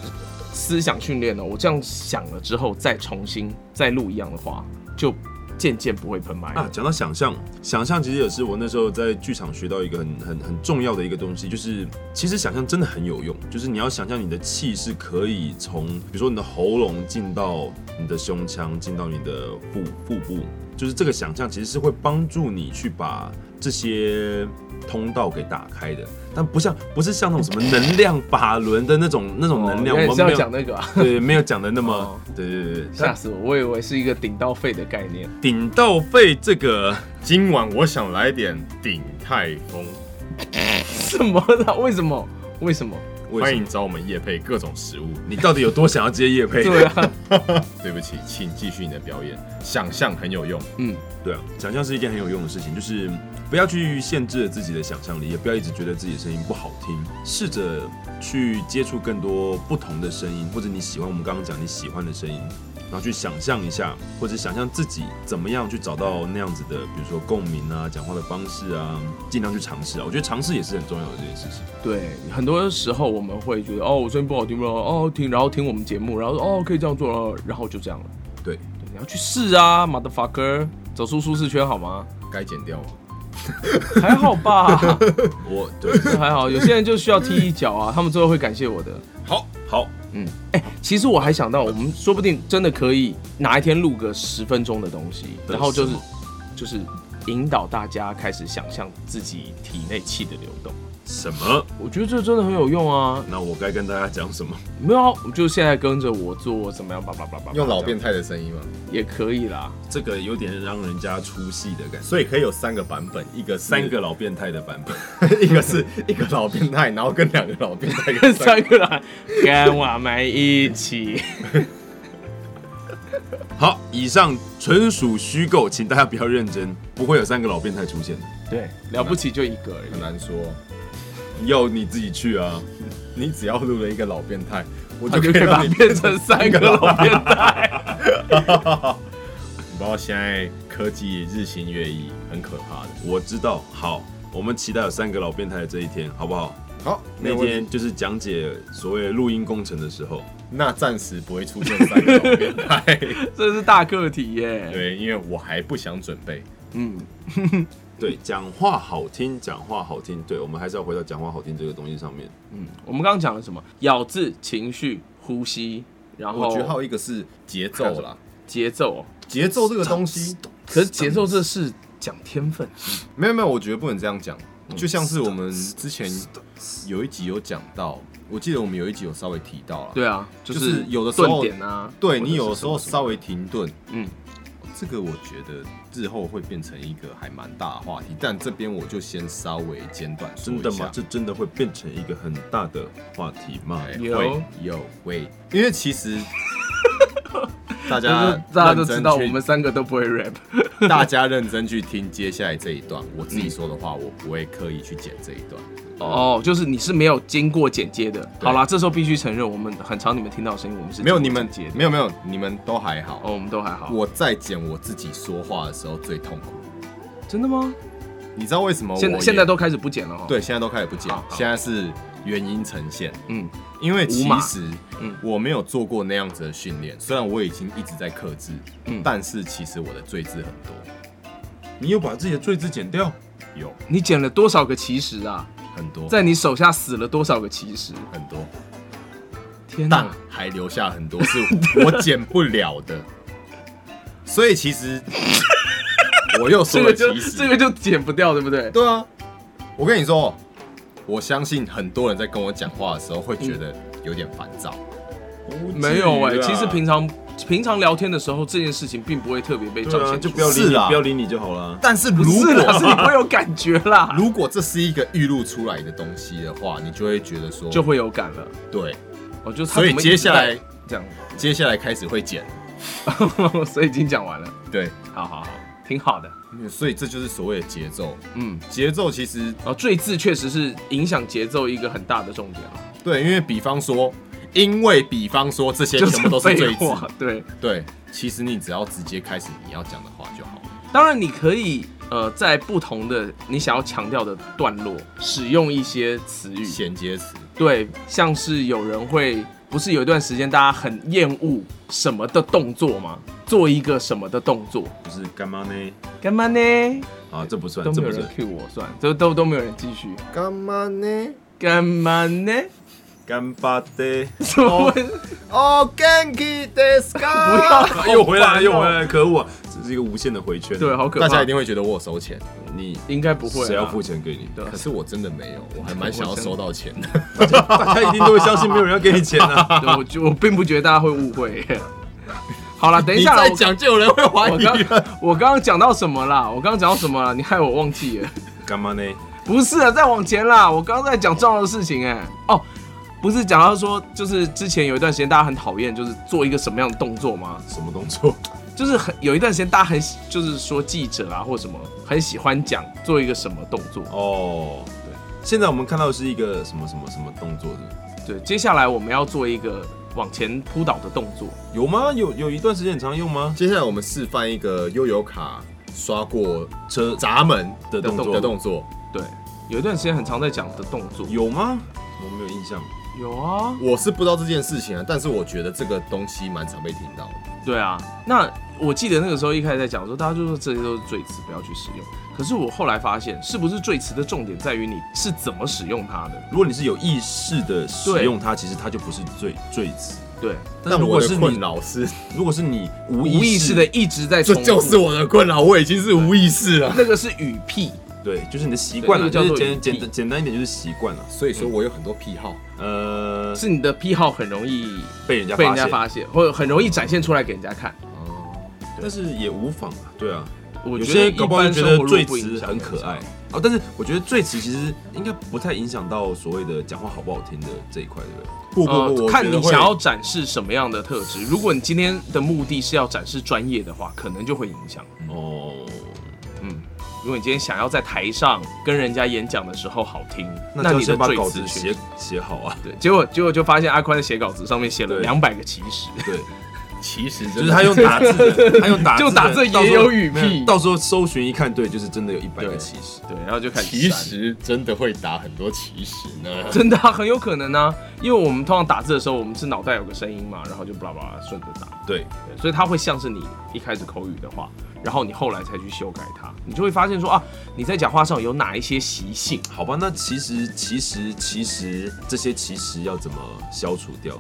思想训练了。哦我这样想了之后，再重新再录一样的话，就渐渐不会喷麦了。
啊，讲到想象，想象其实也是我那时候在剧场学到一个很很很重要的一个东西，就是其实想象真的很有用，就是你要想象你的气是可以从，比如说你的喉咙进到你的胸腔，进到你的腹腹部，就是这个想象其实是会帮助你去把这些通道给打开的，但不像不是像那种什么能量把轮的那种那种能量，
原来
我
你是
们
要
没有
讲那个、啊，
对没有讲的那么、
哦
对对对对，
吓死我！我以为是一个顶到肺的概念。
顶到肺这个。
今晚我想来点鼎泰丰，
什么啦？为什么？为什么？
为
欢
什么
迎找我们夜配各种食物。
你到底有多想要接叶配？
对啊，
对不起，请继续你的表演，想象很有用。
嗯，
对啊，想象是一件很有用的事情，就是不要去限制自己的想象力，也不要一直觉得自己的声音不好听，试着去接触更多不同的声音，或者你喜欢我们刚刚讲你喜欢的声音，然后去想象一下，或者想象自己怎么样去找到那样子的，比如说共鸣啊、讲话的方式啊，尽量去尝试啊。我觉得尝试也是很重要的这件事情。
对，很多时候我们会觉得哦，我声音不好听了，哦听，然后听我们节目，然后说哦可以这样做了，然后就这样了。
对，
对你要去试啊，motherfucker，走出舒适圈好 *laughs* 吗？
该剪掉吗？
还好吧。
我对
还好，有些人就需要踢一脚啊，他们最后会感谢我的。
好好
嗯，哎、其实我还想到，我们说不定真的可以哪一天录个十分钟的东西，然后就是
什么
就是引导大家开始想象自己体内气的流动。
什么？
我觉得这真的很有用啊！
那我该跟大家讲什么？
没有啊，我就现在跟着我做怎么样，叭叭叭叭叭，
用老变态的声音吗？
这样也可以啦。
这个有点让人家出戏的感觉。
所以可以有三个版本，一个是
三个老变态的版本。
一个是一个老变态，然后跟两个老变态，
跟
跟三
*laughs* 三个人跟我们一起，
好，以上纯属虚构，请大家不要认真，不会有三个老变态出现的，
对，了不起就一个而
很
已。
难说。
要你自己去啊。
你只要录了一个老变态，我
他
就可
*laughs* 就
以
可以把
让
它
你
变成三个老变态。
你不知道现在科技日新月异，很可怕的。
我知道，好，我们期待有三个老变态的这一天，好不好？
好，没
那
有问题
天就是讲解所谓录音工程的时候，
那暂时不会出现三个老变态， *laughs*
这是大课题耶。
对，因为我还不想准备。
嗯，
对，讲话好听，讲话好听，对我们还是要回到讲话好听这个东西上面。
我们刚刚讲了什么？咬字、情绪、呼吸，然
我觉得还
后
有一个是节奏啦，
节奏。
节奏这个东西，
可是节奏这是讲天分，
没有没有，我觉得不能这样讲。就像是我们之前有一集有讲到，我记得我们有一集有稍微提到了，
对啊，就
就是是有的时候
顿点啊，
对你有时候稍微停顿，
嗯，
这个我觉得日后会变成一个还蛮大的话题，但这边我就先稍微简短说
真
一
的吗
下？。
这真的会变成一个很大的话题吗？
哎
有
会有会，因为其 *laughs* 实大
就是
家
大家都
认真
知道我
去
*laughs* 们三个都不会 rap。
大家认真去听接下来这一段，我自己说的话，我不会刻意去剪这一段。
哦，就是你是没有经过剪接的。好啦，这时候必须承认，我们很常你们听到的声音，我们是
没有你们
经过剪接，的。
没有没有，你们都还好。
哦，我们都还好。
我在剪我自己说话的时候最痛苦，
真的吗？
你知道为什么我
现在
也
现在都开始不剪了哈。，
对，现在都开始不剪
好，好
现在是原因呈现。
嗯，
因为
无
其
码
实
嗯
我没有做过那样子的训练，虽然我已经一直在克制，
嗯
但是其实我的罪字很多，
你有把自己的罪字剪掉？
有
你剪了多少个其实啊？
很多，
在你手下死了多少个其实？
很多，
天
但
哪！
还留下很多是我减不了
*laughs*
的，所以其实我又说
这
了
个就
其
这
实，
个就剪不掉，对不对？
对啊，我跟你说，
嗯
我相信很多人在跟我讲话的时候会觉得有点烦躁，
没有哎、
啊
至于啦啊
其实平常平常聊天的时候，这件事情并不会特别被彰
对啊，
显出来，
就不要理
是
你，
啦
不要理你就好了。
但是如
不是啦，是你
果
不会有感觉
*laughs*
啦，
如果这是一个预录出来的东西的话，你就会觉得说，
就会有感了。
对，
我就他
所以
怎么一直
接下来
在这样，
接下来开始会剪，
*laughs* 所以已经讲完了，
对，
好好好，挺好的。
所以这就是所谓的节奏。
嗯，
节奏其实
然后最字确实是影响节奏一个很大的重点啊，
对，因为比方说，因为比方说这些全部都是
废
最字，
话。对，
对，其实你只要直接开始你要讲的话就好了。
当然你可以呃，在不同的你想要强调的段落，使用一些词语，
衔接词，
对，像是有人会，不是有一段时间大家很厌恶什么的动作吗？做一个什么的动作，
不是干嘛呢？
干嘛呢？
啊，这不算
都，
这
没有
不
人
算。
cue 我，算了，都都都没有人继续，
干嘛呢？
干嘛呢？
干巴爹，
怎么会？
哦，Ganky Deska，
不要
啊又回来了，又回来了，可恶啊！这是一个无限的回圈。
*laughs* 对，，好可怕。
大家一定会觉得我有收钱，
你
应该不会啊，
谁要付钱给你？ *laughs* 对，
可是我真的没有，我还蛮想要收到钱的。
大家一定都会相信没有人要给你钱
*laughs*
啊。
对我就我并不觉得大家会误会。好了，等
*laughs*
一
你
下啦，
再
我
讲就有人会怀
我
疑
刚
了。
我刚刚讲到什么啦？我刚刚讲到什么啦？你害我忘记了。
干嘛呢？
不是啊，再往前啦！我刚刚在讲重要的事情哎、哦，不是讲到说，就是之前有一段时间大家很讨厌，就是做一个什么样的动作吗？
什么动作？
就是很有一段时间大家很喜就是说记者啊或什么很喜欢讲做一个什么动作。
哦，对，现在我们看到的是一个什么什么什么动作是不是
对，接下来我们要做一个往前扑倒的动作。
有吗？有有一段时间很常用吗？
接下来我们示范一个悠游卡刷过
车
闸门
的动
的
作
动作。
对，有一段时间很常在讲的动作。
有吗？我没有印象。
有啊，
我是不知道这件事情啊，但是我觉得这个东西蛮常被听到的。
对啊，那我记得那个时候一开始在讲说，大家就说这些都是赘词，不要去使用。可是我后来发现，是不是赘词的重点在于你是怎么使用它的？
如果你是有意识的使
对
用它，其实它就不是最最词。
对，
但是如
我
果
的
是
困
你，
扰是，
如果是你无
无意识
识
的，一直在
这
重复，
就是我的困扰，我已经是无意识了。
那个是语屁，
对，就是你的习惯了，
对那
就
个叫
是
做
简
语
简
癖
简单一点，就是习惯了。
所以说我有很多癖好，
呃，
是你的癖好很容易
被人家
被人家
现，
发现，或者很容易展现出来给人家看。
但是也无妨啊。对啊，
我
有
觉
些
得
人搞不好
一
就
般
觉
生
得
活如
最
果不影
词
响
很
人
可
家
爱啊，但是我觉得最词其实应该不太影响到所谓的讲话好不好听的这一块，对不对？
不不
呃
不，，
看
我觉
你
得会
想要展示什么样的特质。如果你今天的目的是要展示专业的话，可能就会影响。
哦，
嗯，如果你今天想要在台上跟人家演讲的时候好听，
那就要
你的
先把
最
稿
词
子
学
写写好
*laughs*
啊。
对，结果结果就发现阿宽的写稿子上面写了
对
两百个其
*laughs*
实，
对，
其实
就是他用打字
*laughs*
的，他用打字的
就打字也有语
到时
屁
候到时候搜寻一看，对，就是真的有一百个
对
其实。
对，然后就开始
其
删
实真的会打很多其实呢。
真的啊、很有可能啊，因为我们通常打字的时候，我们是脑袋有个声音嘛，然后就巴拉巴拉顺着打，
对，
对，所以它会像是你一开始口语的话，然后你后来才去修改它，你就会发现说啊，你在讲话上有哪一些习性，
好吧，那其实其实其实这些其实要怎么消除掉？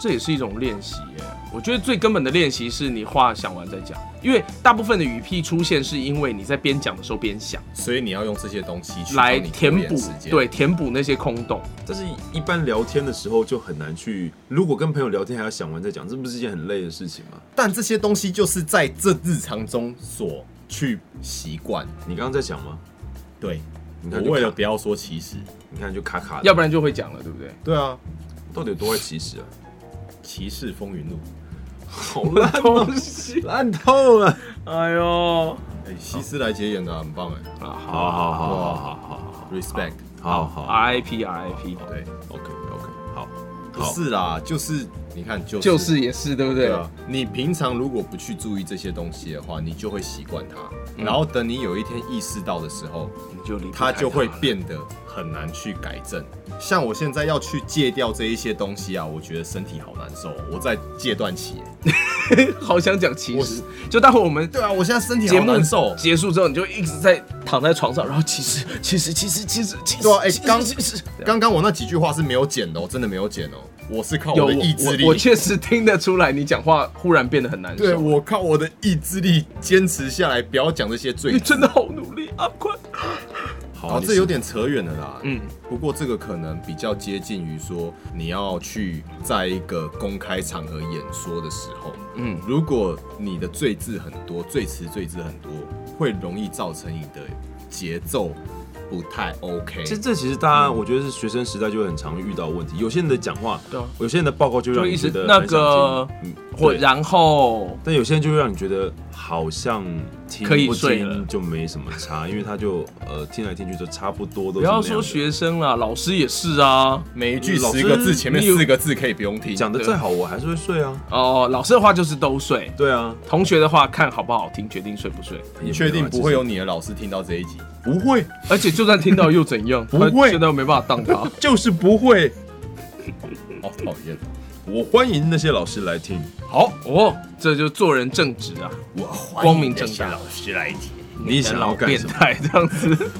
这也是一种练习耶。我觉得最根本的练习是你话想完再讲，因为大部分的语屁出现是因为你在边讲的时候边想，
所以你要用这些东西去
来
帮你拖
填
延
补
时间，
对填补那些空洞。
但是一般聊天的时候就很难去，如果跟朋友聊天还要想完再讲，这不是一件很累的事情吗？
但这些东西就是在这日常中所去习惯。
你刚刚在想吗？
对，
你
我
看就
为了
卡
不，要说其实，
你看就卡卡的，
要不然就会讲了，对不对？
对啊，
到底有多爱其实啊？
歧视风云录。
好烂
*laughs*
哦，
西，
烂透了。
哎呦，
哎，希斯莱杰演的很棒哎
啊好
好好好好好好
，respect。
好好好
，RIP RIP，
哦对，
，OK OK，好，
不是啦，就是你看，就是
就是也是对不对？
对啊，你平常如果不去注意这些东西的话，你就会习惯它，然后等你有一天意识到的时候，
你就离不开
它就会
了
变得很难去改正。像我现在要去戒掉这一些东西啊，我觉得身体好难受，我在戒断期。
*laughs* 好想讲其实，就待会我们
对啊，我现在身体
节
好
目
难受。哦
结束之后，你就一直在躺在床上，然后其实其实其实其实其实，
对啊，哎、
其实
刚
其实
刚刚我那几句话是没有剪的、哦，真的没有剪哦，我是靠
有
我的意志力
我，我确实听得出来，你讲话忽然变得很难
对
受。
我靠我的意志力坚持下来，不要讲这些最
你真的好努力，阿宽，
好
好，
你
哦这
是
有点扯远了啦。
嗯，
不过这个可能比较接近于说，你要去在一个公开场合演说的时候，
嗯，
如果你的罪字很多，罪词罪字很多，会容易造成你的节奏不太 OK。
这这其实大家，我觉得是学生时代就会很常遇到的问题。有些人的讲话，
对啊
有些人的报告就会让
就
你
一
觉
直
得
那
很想
个
听嗯，
或
对
然后
但有些人就会让你觉得好像听
可以
不
睡
听
了
就没什么差，因为他就呃听来听去都差不多都
不
是那
要
样的。
说学生啦，老师也是啊。
每一句
老师
十个字，前面
你有
四个字可以不用听。
讲的再好，我还是会睡啊。
哦，老师的话就是都睡，
对啊，
同学的话看好不好听，决定睡不睡。
也没啊
你确定
办法
不会有？啊你的老师听到这一集？不会，
而且就算听到又怎样？不
会
现在又没办法当他。
就是不会。好哦讨厌。
其实我欢迎那些老师来听。
好哦，这就做人正直啊，
我欢
光
迎
明
这
正
些
大
老师来听。
你想
老
要干
变
什么？
态这样子。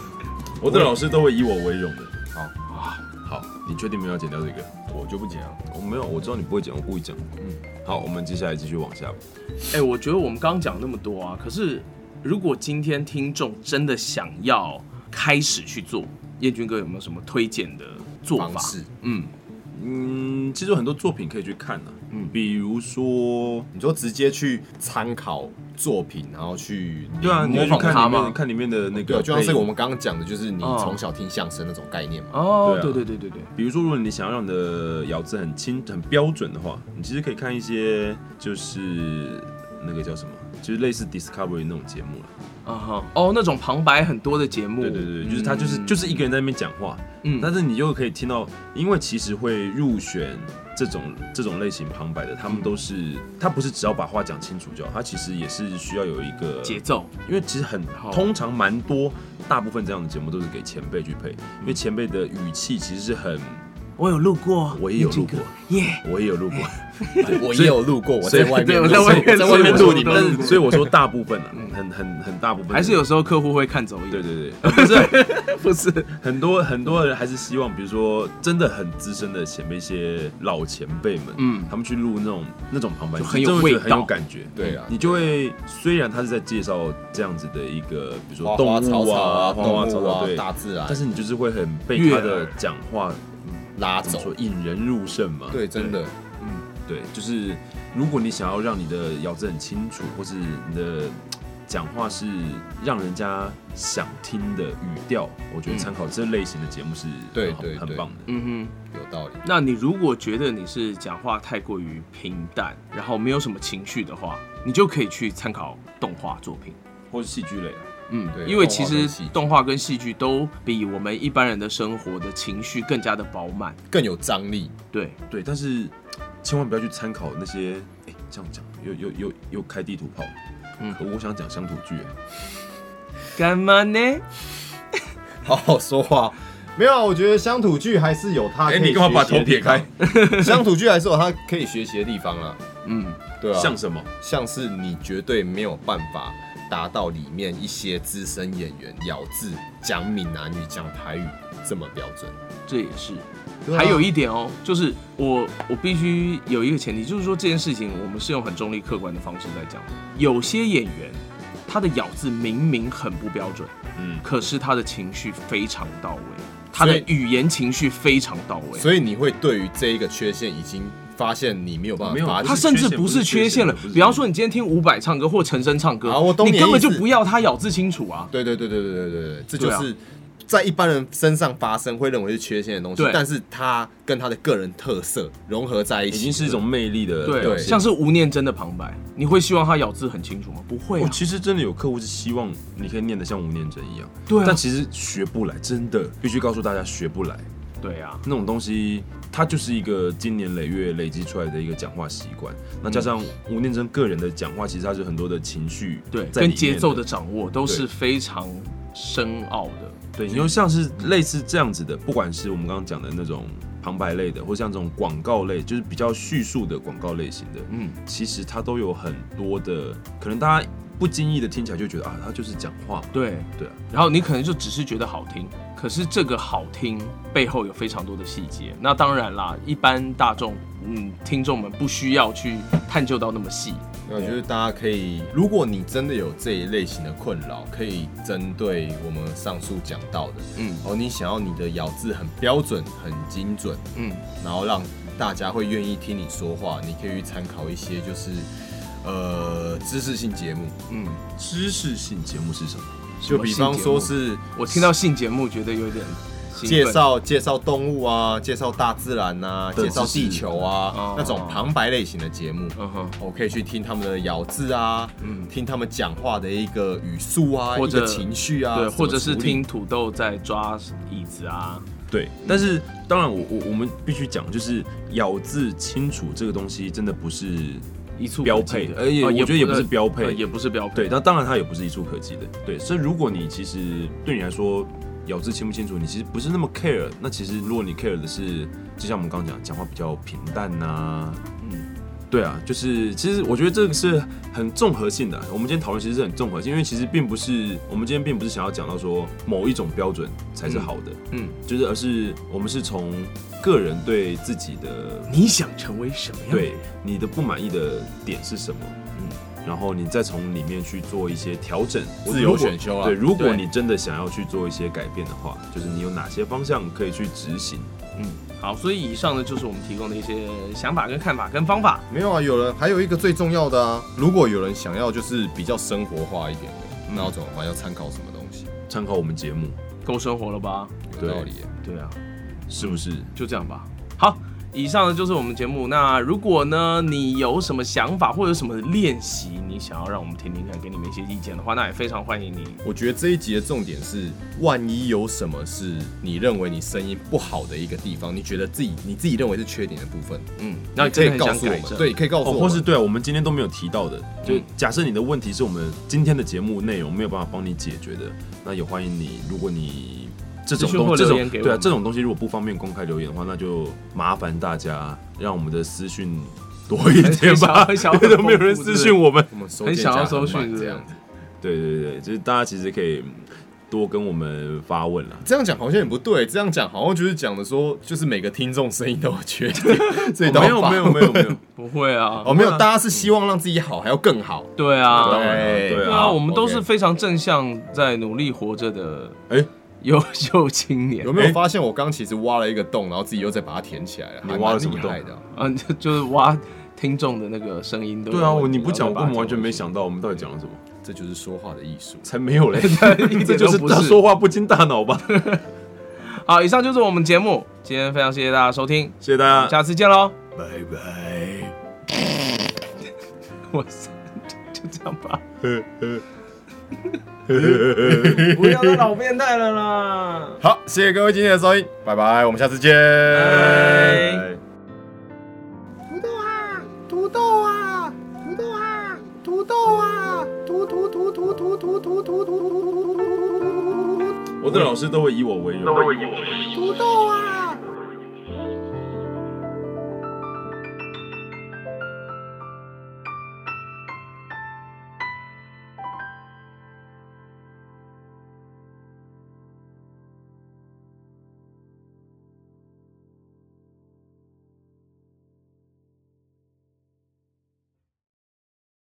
我的老师都会以我为荣的。啊
好，
好，你确定没有要剪掉这个？
我就不讲了。
我没有，我知道你不会剪，我故意讲。嗯，好，我们接下来继续往下吧。
哎、我觉得我们刚刚讲那么多啊，可是如果今天听众真的想要开始去做，燕军哥有没有什么推荐的做
方
法？
式，
嗯，
嗯，其实有很多作品可以去看啊。嗯，比如说，
你说直接去参考作品，然后去
对啊，你要去
模仿
看
他
里
吗
面看里面的那
对啊，
个，
就像是我们。刚刚讲的，就是你
嗯
从小听相声那种概念嘛。
哦，
对啊
对对对对对，
比如说，如果你想要让你的咬字很清、很标准的话，你其实可以看一些就是那个叫什么，就是类似 Discovery 那种节目
啊
了。
哈，哦，那种旁白很多的节目，
对对对，就是他就是、
嗯
就是一个人在那边讲话，
嗯
但是你就可以听到，因为其实会入选这种这种类型旁白的，他
嗯
们都是、他不是只要把话讲清楚就好，他其实也是需要有一个
节奏，
因为其实很
好
通常蛮多，大部分这样的节目都是给前辈去配，因
嗯
为前辈的语气其实是很，
我有录过，
我也有录过
燕军哥耶，
我也有录过，
我也有路过，我
所
*laughs*
以
在外
对
面
我
录，
*laughs* 在外面
在
录
外面录
录
所
你
以
录嗯
们。
但是所以我说大部分啊，很很很大部分
还是有时候客户会看走眼，
对对对，
*laughs*
呃不是
不是，
很多很多人还是希望，比如说真的很资深的前辈，一些老前辈们，
嗯
嗯，他们去录那种那种旁白，
就
你
很
真的
有
会觉得
味
很有
道
感觉，
对啊
你就会虽然他是在介绍这样子的一个，比如说
花
动
花
物
草草啊，
花花
动
草
物啊
草，对，，
大自然
但是你就是会很被
悦
他
耳
的讲话
拉
怎么
走
说。引人入胜嘛。
对，真的，
对，就是如果你想要让你的咬字很清楚，或是你的讲话是让人家想听的语调，我觉得参考这类型的节目是
对
很好
对
很
对
棒的。
嗯哼。
有道理。
那你如果觉得你是讲话太过于平淡，然后没有什么情绪的话，你就可以去参考动画作品。
或是戏剧类的，
嗯，
对
因为其实动
动
画跟戏剧都比我们一般人的生活的情绪更加的饱满。
更有张力。
对，
对，但是千万不要去参考那些，哎，这样讲又又又又开地图炮。
嗯
嗯，我想讲乡土剧，
干嘛呢？
好好说话。哎没有啊，我觉得乡土剧还是有它可以学习的地方。 *laughs* 乡土剧还是有它可以学习的地方啦。
嗯，
对啊，
像什么？
像是你绝对没有办法达到里面一些资深演员咬字、讲闽南语、讲台语这么标准。
这也是。
对啊
还有一点哦，就是我我必须有一个前提，就是说这件事情我们是用很中立客观的方式在讲的。有些演员他的咬字明明很不标准，
嗯，
可是他的情绪非常到位，他的
所以
语言情绪非常到位。
所以你会对于这一个缺陷已经发现你没有办法
没有
发
他
现。
甚至不是缺陷了
不是缺陷不是缺，陷
比方说你今天听伍佰唱歌或陈升唱歌
啊我，懂
你
你的
根本
意
就
思
不要他咬字清楚啊。
对对对对对对对对，这就
对啊
是在一般人身上发生会认为是缺陷的东西
对，
但是它跟他的个人特色融合在一
已
起，
经是一种魅力的
对，
表
对
现
像是吴念真的旁白，你会希望他咬字很清楚吗？不会、
我
啊，
哦其实真的有客户是希望你可以念得像吴念真一样，
对啊
但其实学不来，真的必须告诉大家学不来。
对啊，
那种东西，它就是一个经年累月累积出来的一个讲话习惯。那加上吴念真个人的讲话，其实他是很多的情绪
对，
在里面
跟节奏的。掌握都是非常深奥的。
对，你就像是类似这样子的，不管是我们刚刚讲的那种旁白类的，或像这种广告类，就是比较叙述的广告类型的，
嗯，
其实它都有很多的，可能大家不经意的听起来就觉得啊，它就是讲话嘛。
对，
对啊，
然后你可能就只是觉得好听，可是这个好听背后有非常多的细节。那当然啦，一般大众嗯听众们不需要去探究到那么细，
那我觉得大家可以，如果你真的有这一类型的困扰，可以针对我们上述讲到的，
嗯
哦，你想要你的咬字很标准、很精准，
嗯，
然后让大家会愿意听你说话，你可以去参考一些就是呃知识性节目，
嗯
知识性节目是什么？
就比方说是
我听到性节目觉得有点兴奋
介绍介绍动物啊，介绍大自然啊，
的
介绍
知识
地球啊，
哦
那种旁白类型的节目。
嗯哼，
我可以去听他们的咬字啊，嗯，听他们讲话的一个语速啊，
或者
一个情绪啊，
对，
怎么
或者是
处理
听土豆在抓椅子啊，
对，但是当然我我我们必须讲，就是咬字清楚这个东西真的不是
一触
标
可及
配
的
呃也
哦
我觉得也不是标配
呃也不是标配，
对，那当然它也不是一触可及的。对，所以如果你其实对你来说咬字清不清楚，你其实不是那么 care。那其实如果你 care 的是，就像我们刚刚讲，讲话比较平淡呐、
嗯
对啊，就是其实我觉得这个是很综合性的啊。我们今天讨论其实是很综合性，因为其实并不是我们今天并不是想要讲到说某一种标准才是好的，
嗯，
就是而是我们是从个人对自己的
你想成为什么样？
对，你的不满意的点是什么？嗯，然后你再从里面去做一些调整，
自由
如果
选修啊
对，如果
对
你真的想要去做一些改变的话，就是你有哪些方向可以去执行？
好，所以以上呢就是我们提供的一些想法跟看法跟方法。
没有啊，有人还有一个最重要的啊，如果有人想要就是比较生活化一点的，
嗯
那要怎么办？要参考什么东西？
参考我们节目，
够生活了吧？
有道理耶。
对啊，是不是？
就这样吧。好，以上呢就是我们节目。那如果呢你有什么想法或者有什么练习，你想要让我们听听看，给你们一些意见的话，那也非常欢迎你。
我觉得这一集的重点是，万一有什么是你认为你声音不好的一个地方，你觉得自己你自己认为是缺点的部分，
嗯，那你
可
真的
以
很
告
想
诉我
改
们
正，，
对，可以告诉
哦，
我们，
或是对啊，我们今天都没有提到的，就
嗯
假设你的问题是我们今天的节目内容没有办法帮你解决的，那也欢迎你，如果你这种
资讯或
东这
留言
种
给我
对啊
们
这种东西如果不方便公开留言的话，那就麻烦大家让我们的私讯多一
*laughs*
点
*laughs*
吧，
很想要很想要
因为都没有人
很恐怖
私讯我们。
我们收
很
件
想要
夹
搜
慢
寻
这样子。
对对对，就是大家其实可以多跟我们发问啦。
这样讲好像也不对，这样讲好像就是讲的说，就是每个听众声音都有缺点，所以都
哦没
要
有
发
没有没有没有，
不会啊，
哦，没有，哦大家是希望让自己好，还要更好。
对啊，
对
对
对
对啊，
好
我们都是
OK
非常正向在努力活着的
哎
优 *laughs* 秀青年
有。没有发现我刚刚其实挖了一个洞，然后自己又再把它填起来了？
你
还蛮
挖了什么
厉害的啊？
嗯，就就是挖听众的那个声音都有
*laughs* 对啊，
问
我
题
你不讲，我根本完全。
然后再把它
没想到我们到底讲了什么，
这就是说话的艺术。
才没有嘞，
一点都
*laughs* 这就是
不
他
是
说话不经大脑吧？
好，以上就是我们节目，今天非常谢谢大家收听，
谢谢大家。
下次见
*laughs*
喽。
拜拜。
我操，就这样吧。不要再老变态了啦！
好，谢谢各位今天的收听，拜拜，我们下次见。
土
拜
豆啊，土豆啊，土豆啊，土土土土土土土土土土土
我的老师都会以我为荣。
土豆啊。